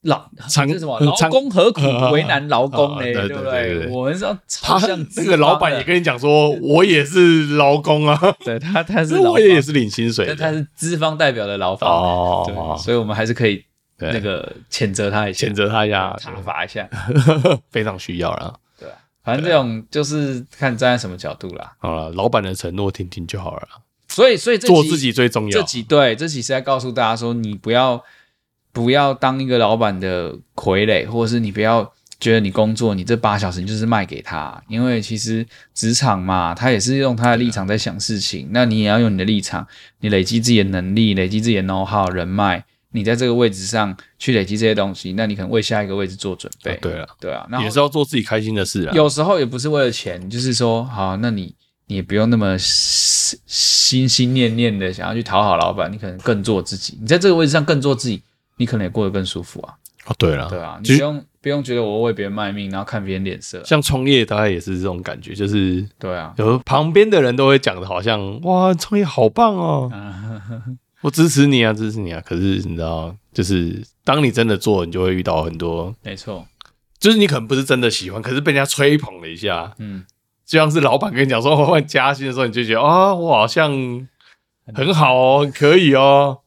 A: 老
B: 长
A: 这是什么
B: 呃
A: 劳
B: 长
A: 工何苦为难劳工
B: 啊
A: 嘞，
B: 对对
A: 不
B: 对对对
A: 我们是要朝
B: 他
A: 向
B: 那个老板也跟你讲说，我也是劳工啊，
A: 对他他是
B: 这
A: 老
B: 我
A: 板
B: 也，是领薪水
A: 但他
B: 的
A: 是资方代表的劳方，对，
B: 哦，
A: 所以我们还是可以
B: 对
A: 那个谴责他一下，
B: 谴责他一下，
A: 挞伐一下，
B: 非常需要啦。
A: 对啊，反正这种就是看站在什么角度啦。
B: 好了，老板的承诺听听就好了啦，
A: 所以所以这
B: 做
A: 集
B: 自己最重
A: 这
B: 要。
A: 几对这几是在告诉大家说，你不要不要当一个老板的傀儡，或者是你不要觉得你工作你这八小时你就是卖给他，因为其实职场嘛，他也是用他的
B: 啊
A: 立场在想事情，那你也要用你的立场，你累积自己的能力，累积自己的 know how 人脉。你在这个位置上去累积这些东西，那你可能为下一个位置做准备。
B: 啊对了，
A: 对啊，然后
B: 也是要做自己开心的事啊。
A: 有时候也不是为了钱，就是说，好，那你你也不用那么心心心念念的想要去讨好老板，你可能更做自己。你在这个位置上更做自己，你可能也过得更舒服啊。
B: 哦，对了，
A: 对啊，
B: 其
A: 你不
B: 实
A: 用不用觉得我为别人卖命，然后看别人脸色。
B: 像创业，大概也是这种感觉，就是
A: 对 啊，
B: 有旁边的人都会讲的，好像哇，创业好棒哦，
A: 啊，
B: 我支持你啊，支持你啊。可是你知道，就是当你真的做，你就会遇到很多，
A: 没错，
B: 就是你可能不是真的喜欢，可是被人家吹捧了一下，
A: 嗯，
B: 就像是老板跟你讲说 我换加薪的时候，你就觉得啊、我好像很好哦，可以哦。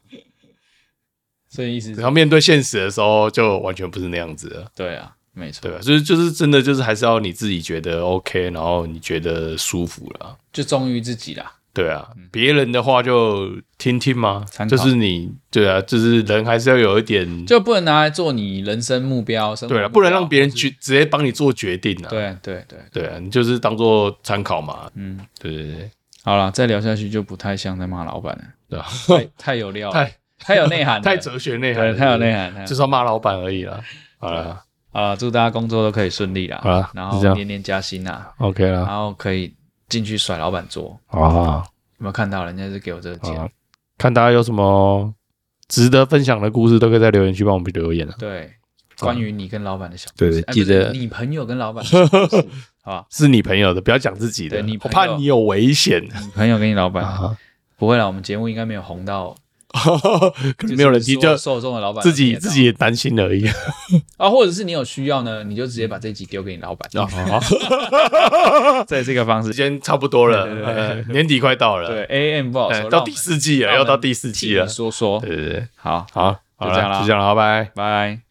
A: 所以意思
B: 然后面对现实的时候，就完全不是那样子了。
A: 对啊，没错，
B: 对吧？就是就是真的就是还是要你自己觉得 OK，然后你觉得舒服了，
A: 就忠于自己啦。
B: 对啊。别人的话就听听嘛
A: 嗯参，考
B: 就是你对啊，就是人还是要有一点
A: 就不能拿来做你人生目标，生活
B: 对了，
A: 目标
B: 不能让别人
A: 或是
B: 决直接帮你做决定啊。
A: 对对对，
B: 对啊，你就是当做参考嘛。
A: 嗯，
B: 对对对
A: 好了，再聊下去就不太像在骂老板了，
B: 对啊，
A: 太太有料了，
B: 太
A: 太有内涵了，
B: 太哲学内涵
A: 对，
B: 了，
A: 太有内
B: 涵，
A: 涵。太有
B: 就是要骂老板而已啦。好了
A: 啊，祝大家工作都可以顺利啦，
B: 好啦
A: 然
B: 就这
A: 后
B: 样
A: 年年加薪啦，
B: ，OK
A: 然
B: 啦，
A: 后可以进去甩老板桌。
B: 啊
A: 有没有看到人家是给我这个建议？
B: 啊，看大家有什么值得分享的故事，都可以在留言区帮我们留言啊。
A: 对，关于你跟老板的小
B: 对
A: 故事
B: 对
A: 哎
B: 记
A: 不是
B: 得
A: 你朋友跟老 板的小故事，好吧？
B: 是你朋友的，不要讲自己的，
A: 对你
B: 我
A: 朋友
B: 怕你有危险
A: 你朋友跟你老板
B: 啊，
A: 不会啦，我们节目应该没有红到，
B: 可能没有人听，
A: 就
B: 就是
A: 所有受众的老板
B: 自己
A: 听得到
B: 自己也担心而已。
A: 啊，或者是你有需要呢，你就直接把这一集丢给你老板，
B: 好，
A: 这也是一个方
B: 时
A: 式。
B: 间差不多了
A: 哦对对，对
B: 呃年底快到了，
A: 对，A 哦 M 不好
B: 哎
A: 说，
B: 到第四季了，
A: 让我
B: 要
A: 们
B: 到第四季
A: 替
B: 了
A: 你。说说
B: 对，对对，
A: 好，
B: 好，好
A: 就这样
B: 了，
A: 啦
B: 就这样了，拜拜。
A: 拜。